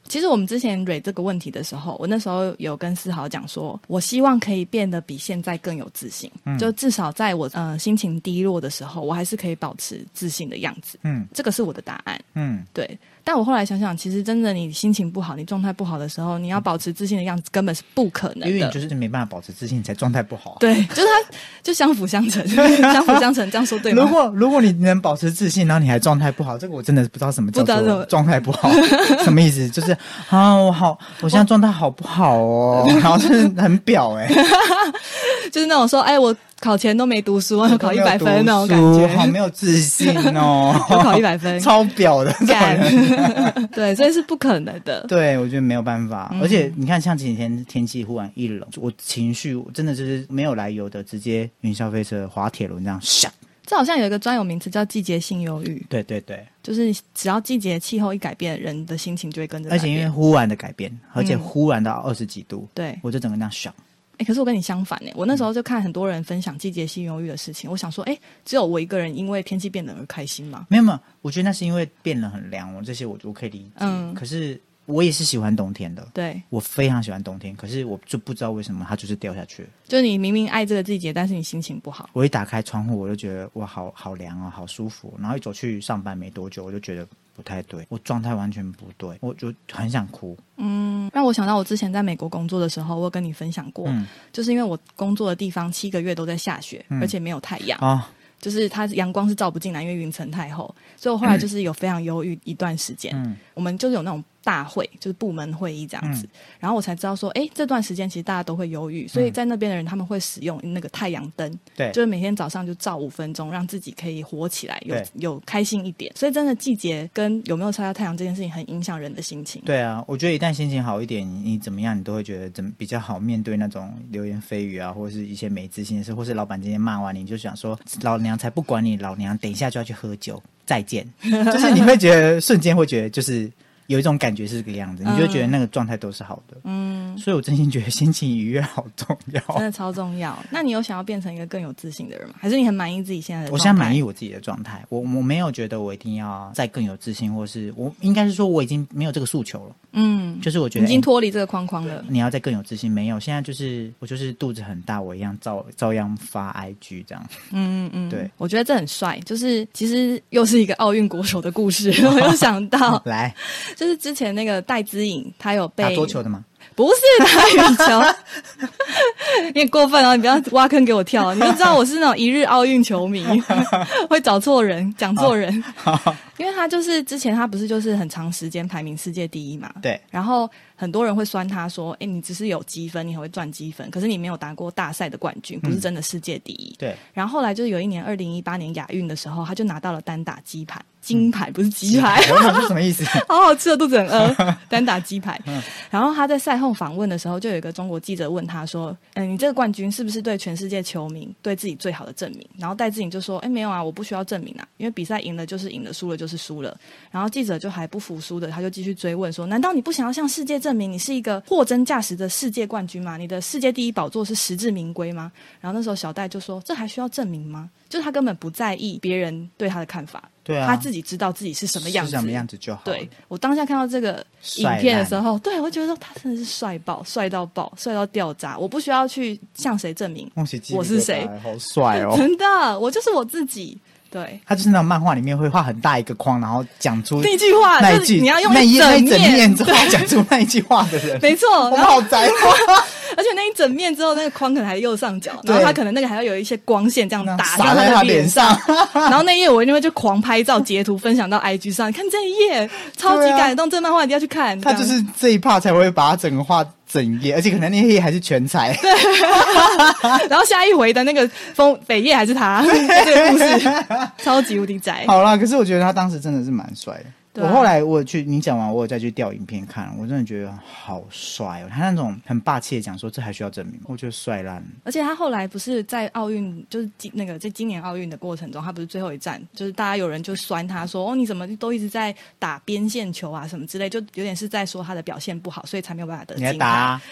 Speaker 1: 其实我们之前蕊这个问题的时候，我那时候有跟思豪讲说，我希望可以变得比现在更有自信，
Speaker 2: 嗯
Speaker 1: 就至少在我呃心情低落的时候，我还是可以保持自信的样子。
Speaker 2: 嗯
Speaker 1: 这个是我的答案。
Speaker 2: 嗯，
Speaker 1: 对，但我后来想想，其实真的你心情不好，你状态不好的时候，你要保持自信的样子根本是不可能的。
Speaker 2: 因为你就是没办法保持自信，你才状态不好啊。
Speaker 1: 对， 就是它就相辅相成，相辅相成，这样说对吗？
Speaker 2: 如果如果你能保持自信，然后你还状态不好，这个我真的不知道什么叫
Speaker 1: 不知道
Speaker 2: 做
Speaker 1: 什么
Speaker 2: 状态 不好，什么意思？就是啊，我好，我现在状态好不 好哦？然后就是很表哎、欸，
Speaker 1: 就是那种说，哎，我考前都没读书，我考一百分那种感
Speaker 2: 我没有读书好
Speaker 1: 觉，，
Speaker 2: 没有自信哦，
Speaker 1: 我考一百分
Speaker 2: 超表 的这种
Speaker 1: 干
Speaker 2: 人。，
Speaker 1: 对，所以是不可能的。
Speaker 2: 对，我觉得没有办法，
Speaker 1: 嗯
Speaker 2: 而且你看，像前几天天气忽然一冷，我情绪真的就是没有来由的，直接云霄飞车、滑铁卢这样，唰
Speaker 1: 这好像有一个专有名词叫季节性忧郁，
Speaker 2: 对对对，
Speaker 1: 就是只要季节气候一改变，人的心情就会跟着改
Speaker 2: 而且
Speaker 1: 变。
Speaker 2: 因为忽然的改变，而且
Speaker 1: 嗯
Speaker 2: 忽然到二十几度，
Speaker 1: 对，
Speaker 2: 我就整个那样爽。
Speaker 1: 哎、可是我跟你相反呢、我那时
Speaker 2: 嗯
Speaker 1: 候就看很多人分享季节性忧郁的事情，我想说，哎、只有我一个人因为天气变冷而开心吗？
Speaker 2: 没有没有，我觉得那是因为变得很凉，我这些我我可以理解。
Speaker 1: 嗯
Speaker 2: 可是我也是喜欢冬天的，
Speaker 1: 对，
Speaker 2: 我非常喜欢冬天，可是我就不知道为什么它就是掉下去了。
Speaker 1: 就是你明明爱这个季节，但是你心情不好。
Speaker 2: 我一打开窗户，我就觉得哇，好好凉哦，好舒服。然后一走去上班没多久，我就觉得不太对，我状态完全不对，我就很想哭。
Speaker 1: 嗯，让我想到我之前在美国工作的时候，我有跟你分享过，
Speaker 2: 嗯
Speaker 1: 就是因为我工作的地方七个月都在下雪，
Speaker 2: 嗯
Speaker 1: 而且没有太阳，
Speaker 2: 啊、
Speaker 1: 就是它阳光是照不进来，因为云层太厚，所以我后来就是有非常忧郁一段时间。
Speaker 2: 嗯
Speaker 1: 我们就是有那种大会，就是部门会议这样子，然后我才知道说，哎，这段时间其实大家都会忧郁，
Speaker 2: 嗯
Speaker 1: 所以在那边的人他们会使用那个太阳灯，
Speaker 2: 对
Speaker 1: 就是每天早上就照五分钟，让自己可以活起来，有
Speaker 2: 对
Speaker 1: 有开心一点。所以真的季节跟有没有晒到太阳这件事情，很影响人的心情。
Speaker 2: 对啊，我觉得一旦心情好一点，你你怎么样，你都会觉得怎么比较好面对那种流言蜚语啊，或者是一些没自信的事，或是老板今天骂完你，你就想说老娘才不 管你，老娘等一下就要去喝酒，再见。就是你会觉得瞬间会觉得就是有一种感觉是这个样子，你就觉得那个状态都是好的。
Speaker 1: 嗯，
Speaker 2: 所以我真心觉得心情愉悦好重要。
Speaker 1: 真的超重要。那你有想要变成一个更有自信的人吗？还是你很满意自己现在的？
Speaker 2: 我现在满意。我自己的状态，我我没有觉得我一定要再更有自信，或是我应该是说我已经没有这个诉求了。
Speaker 1: 嗯，
Speaker 2: 就是我觉
Speaker 1: 已
Speaker 2: 得
Speaker 1: 经
Speaker 2: 哎
Speaker 1: 脱离这个框框了。
Speaker 2: 你要再更有自信，没有？现在就是我就是肚子很大，我一样照照样发 IG 这样。
Speaker 1: 嗯嗯嗯，
Speaker 2: 对，
Speaker 1: 我觉得这很帅。就是其实又是一个奥运国手的故 事，我又想到，
Speaker 2: 来
Speaker 1: 就是之前那个戴资颖，她有
Speaker 2: 打
Speaker 1: 哦被
Speaker 2: 桌球的吗？
Speaker 1: 不是打羽球， 你很过分哦！你不要挖坑给我跳，你就知道我是那种一日奥运球 迷，会找错人，讲错人。 因为他就是之前他不是就是很长时间排名世界第一嘛，
Speaker 2: 对，
Speaker 1: 然后很多人会酸他说：“哎、你只是有积分，你很会赚积分，可是你没有拿过大赛的冠军，不是真的世界第一。
Speaker 2: 对，
Speaker 1: 然后后来就是有一年二零一八年亚运的时候，他就拿到了单打鸡排，金牌不是嗯鸡排。
Speaker 2: 我想是什么意思？
Speaker 1: 好好吃的，肚子很 饿，单打鸡排。
Speaker 2: 嗯
Speaker 1: 然后他在赛后访问的时候，就有一个中国记者问他说：“嗯，你这个冠军是不是对全世界球迷对自己最好的证明？”然后戴志颖就说：“哎，没有啊，我不需要证明啊，因为比赛赢了就是赢了，输了就是输了。”然后记者就还不服输的，他就继续追问说：“难道你不想要向世界证明你是一个货真价实的世界冠军吗？你的世界第一宝座是实至名归吗？”然后那时候小戴就说：“这还需要证明吗？”就是他根本不在意别人对他的看法，
Speaker 2: 对啊，
Speaker 1: 他自己知道自己 是什么样
Speaker 2: 是
Speaker 1: 子，
Speaker 2: 什么样子就好。
Speaker 1: 对，我当下看到这个影
Speaker 2: 帅
Speaker 1: 片的
Speaker 2: 烂
Speaker 1: 时候，对我觉得他真的是帅爆，帅到爆，帅到掉渣。我不需要去向谁证明，
Speaker 2: 恭喜鸡皮
Speaker 1: 我是谁
Speaker 2: 疙瘩好帅哦！
Speaker 1: 真的，我就是我自己。对，
Speaker 2: 他就是那种漫画里面会画很大一个框，然后讲出
Speaker 1: 那一句话
Speaker 2: 那
Speaker 1: 啊就
Speaker 2: 一
Speaker 1: 是
Speaker 2: 句，
Speaker 1: 你要用
Speaker 2: 那一那一整
Speaker 1: 面
Speaker 2: 面之后讲出那一句话的人，
Speaker 1: 没错。
Speaker 2: 我
Speaker 1: 然
Speaker 2: 们
Speaker 1: 后，
Speaker 2: 好宅哦，
Speaker 1: 而且那一整面之后，那个框可能还右上角，然后
Speaker 2: 对
Speaker 1: 他可能那个还要有一些光线这样打
Speaker 2: 洒
Speaker 1: 上
Speaker 2: 在
Speaker 1: 的
Speaker 2: 他脸
Speaker 1: 上。
Speaker 2: 上。
Speaker 1: 然后那一页我一定会就狂拍照截图分享到 IG 上，看这一页超级
Speaker 2: 对啊
Speaker 1: 感动，这漫画一定要去看。
Speaker 2: 他
Speaker 1: 这
Speaker 2: 就
Speaker 1: 样
Speaker 2: 是这一趴才会把它整个画整页，而且可能那一页还是全彩。
Speaker 1: 然后下一回的那个封北夜还是 他，这个故事超级无敌宅。
Speaker 2: 好啦，可是我觉得他当时真的是蛮帅的。
Speaker 1: 哎对啊
Speaker 2: 我后来我去你讲完，我有再去调影片看，我真的觉得好帅哦！他那种很霸气的讲说这还需要证明吗，我觉得帅烂了。
Speaker 1: 而且他后来不是在奥运，就是今那个在今年奥运的过程中，他不是最后一站，就是大家有人就酸他说：“哦，你怎么都一直在打边线球啊，什么之类，就有点是在说他的表现不好，所以才没有办法得
Speaker 2: 你
Speaker 1: 金
Speaker 2: 来
Speaker 1: 牌。
Speaker 2: 打、啊，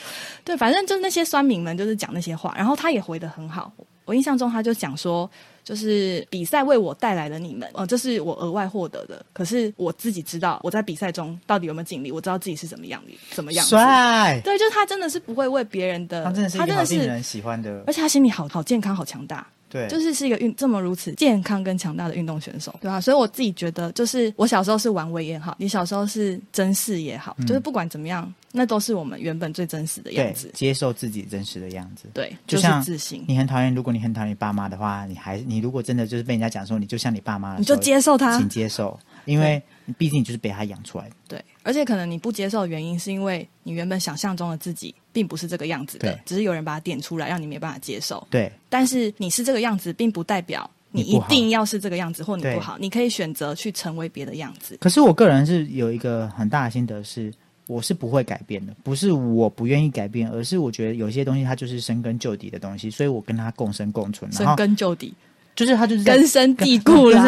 Speaker 1: 对，反正就是那些酸民们就是讲那些话，然后他也回得很好。我印象中他就讲说，就是比赛为我带来了你们，呃，这是我额外获得的。可是我自己知道我在比赛中到底有没有尽力，我知道自己是怎么样的，怎么样子。
Speaker 2: 帅！
Speaker 1: 对，就是他真的是不会为别人的，
Speaker 2: 他真的是一
Speaker 1: 他
Speaker 2: 个
Speaker 1: 真
Speaker 2: 好
Speaker 1: 的
Speaker 2: 令
Speaker 1: 是，
Speaker 2: 人喜欢的
Speaker 1: 而，且他心里好好健康，好强大。
Speaker 2: 对，
Speaker 1: 就是是一个运这么如此健康跟强大的运动选手，对啊，所以我自己觉得，就是我小时候是玩维也好，你小时候是真事也好，就是不管怎么样，那都是我们原本最真实的
Speaker 2: 嗯对
Speaker 1: 样子。
Speaker 2: 接受自己真实的样子。
Speaker 1: 对，
Speaker 2: 就是像
Speaker 1: 自信，
Speaker 2: 你很讨厌，如果你很讨厌你爸妈的话，你还你如果真的就是被人家讲说你就像你爸妈的
Speaker 1: 你
Speaker 2: 时
Speaker 1: 就
Speaker 2: 候，
Speaker 1: 接受它
Speaker 2: 请。接受，因为毕竟你就是被他养出来的。
Speaker 1: 对，而且可能你不接受的原因是因为你原本想象中的自己并不是这个样子的
Speaker 2: 对，
Speaker 1: 只是有人把它点出来，让你没办法接受。
Speaker 2: 对，
Speaker 1: 但是你是这个样子，并不代表你
Speaker 2: 你不
Speaker 1: 一
Speaker 2: 好
Speaker 1: 定要是这个样子，或你
Speaker 2: 对
Speaker 1: 不好，你可以选择去成为别的样子。
Speaker 2: 可是我个人是有一个很大的心得是，我是不会改变的，不是我不愿意改变，而是我觉得有些东西它就是深根究底的东西，所以我跟它共生共存，然
Speaker 1: 深
Speaker 2: 后
Speaker 1: 根究底，
Speaker 2: 就是它就是在
Speaker 1: 根深蒂固啦。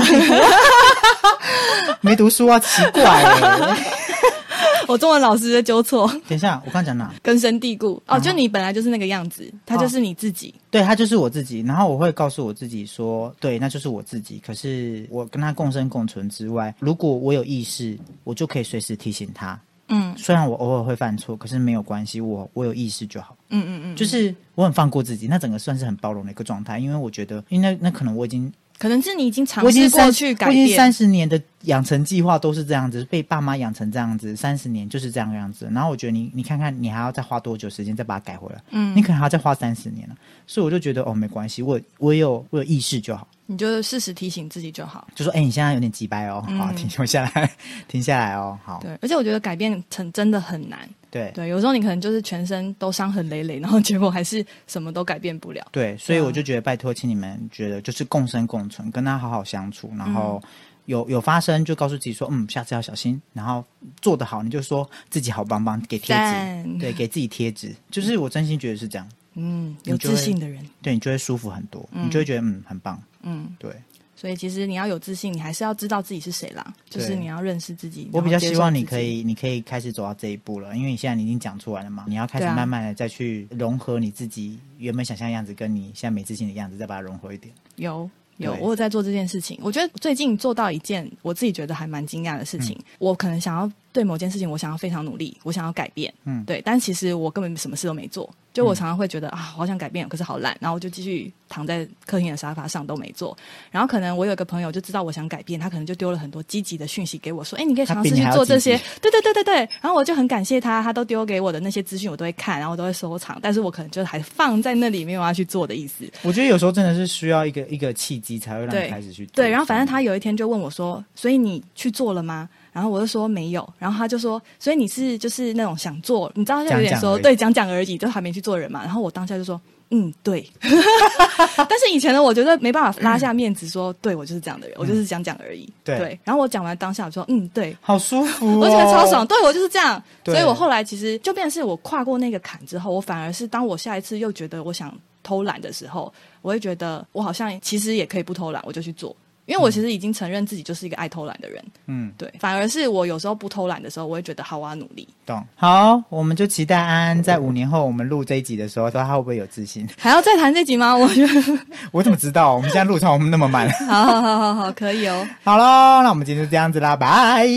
Speaker 2: 没读书啊，奇怪、欸。
Speaker 1: 我中文老师在纠错，
Speaker 2: 等一下，我刚讲哪？
Speaker 1: 根深蒂固哦，就你本来就是那个样子，他
Speaker 2: 哦
Speaker 1: 就是你自己，
Speaker 2: 对，他就是我自己。然后我会告诉我自己说，对，那就是我自己。可是我跟他共生共存之外，如果我有意识，我就可以随时提醒他。
Speaker 1: 嗯
Speaker 2: 虽然我偶尔会犯错，可是没有关系，我我有意识就好。
Speaker 1: 嗯嗯嗯，
Speaker 2: 就是我很放过自己，那整个算是很包容的一个状态。因为我觉得，因为那那可能我已经
Speaker 1: 可能是你已经尝
Speaker 2: 我已经
Speaker 1: 试过
Speaker 2: 三
Speaker 1: 去改
Speaker 2: 我已经
Speaker 1: 变
Speaker 2: 三，十年的养成计划都是这样子，被爸妈养成这样子，三十年就是这样样子。然后我觉得你，你看看你还要再花多久时间再把它改回来？
Speaker 1: 嗯
Speaker 2: 你可能还要再花三十年了。所以我就觉得哦，没关系，我我有我有意识就好。
Speaker 1: 你就适时提醒自己就好。
Speaker 2: 就说哎、你现在有点急掰哦，好，停我下来， 停下来哦，好，
Speaker 1: 嗯对，而且我觉得改变成真的很难。
Speaker 2: 对
Speaker 1: 对，有时候你可能就是全身都伤痕累累，然后结果还是什么都改变不了。
Speaker 2: 对，所以
Speaker 1: 对啊
Speaker 2: 我就觉得拜托，请你们觉得就是共生共存，跟他好好相处，然后有有发生就告诉自己说，嗯，下次要小心，然后做得好你就说自己好棒棒，给贴纸，
Speaker 1: 赞
Speaker 2: 对，给自己贴纸，就是我真心觉得是这样，
Speaker 1: 嗯，
Speaker 2: 你
Speaker 1: 有
Speaker 2: 就会
Speaker 1: 自信的人，
Speaker 2: 对你就会舒服很多，你就会觉得嗯很棒，
Speaker 1: 嗯，
Speaker 2: 对，
Speaker 1: 所以其实你要有自信，你还是要知道自己是谁啦，就
Speaker 2: 对
Speaker 1: 是你要认识自己。
Speaker 2: 我比较
Speaker 1: 然后接
Speaker 2: 希
Speaker 1: 受
Speaker 2: 望你
Speaker 1: 自己
Speaker 2: 可，以，你可以开始走到这一步了，因为你现在已经讲出来了嘛，你要开始
Speaker 1: 对啊
Speaker 2: 慢慢的再去融合你自己原本想象的样子，跟你现在没自信的样子，再把它融合一点。
Speaker 1: 有有，
Speaker 2: 对
Speaker 1: 我有在做这件事情。我觉得最近做到一件我自己觉得还蛮惊讶的事
Speaker 2: 嗯
Speaker 1: 情，我可能想要对某件事情，我想要非常努力，我想要改变，
Speaker 2: 嗯
Speaker 1: 对，但其实我根本什么事都没做。就我
Speaker 2: 嗯
Speaker 1: 常常会觉得啊，好想改变，可是好懒，然后我就继续躺在客厅的沙发上都没做。然后可能我有一个朋友就知道我想改变，他可能就丢了很多积极的讯息给我，说：“哎，你可以
Speaker 2: 他
Speaker 1: 尝
Speaker 2: 比
Speaker 1: 试
Speaker 2: 你
Speaker 1: 去
Speaker 2: 还要
Speaker 1: 做这
Speaker 2: 积极
Speaker 1: 些。”对对对对对。然后我就很感谢他，他都丢给我的那些资讯我都会看，然后我都会收藏，但是我可能就还放在那里，没有要去做的意思。
Speaker 2: 我觉得有时候真的是需要一个一个契机，才会让你
Speaker 1: 对
Speaker 2: 开始去做
Speaker 1: 对，然后反正他有一天就问我说：“所以你去做了吗？”然后我就说没有，然后他就说：“所以你是就是那种想做，你知道，像有点
Speaker 2: 讲讲而
Speaker 1: 说
Speaker 2: 已
Speaker 1: 对讲讲而已，就还没去做人嘛。”然后我当下就说：“嗯，对。”但是以前的我觉得没办法拉下面子说，对我就是这样的人，我就是讲讲而已。
Speaker 2: 嗯对
Speaker 1: 然后我讲完当下我说：“嗯，对。”
Speaker 2: 好舒 服、哦，
Speaker 1: 我觉得超爽，。对我就是这样，
Speaker 2: 对
Speaker 1: 所以我后来其实就变成是我跨过那个坎之后，我反而是当我下一次又觉得我想偷懒的时候，我会觉得我好像其实也可以不偷懒，我就去做，因为我其实已经承认自己就是一个爱偷懒的人，
Speaker 2: 嗯，
Speaker 1: 对，反而是我有时候不偷懒的时候，我会觉得好，我要努力，
Speaker 2: 懂。好，我们就期待安安在五年后我们录这一集的时候，说他会不会有自信？
Speaker 1: 还要再谈这集吗？我觉得
Speaker 2: 我怎么知道？我们现在录成我们那么慢。
Speaker 1: 好好好好好，可以哦，
Speaker 2: 好喽，那我们今天就这样子啦，拜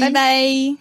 Speaker 1: 拜拜。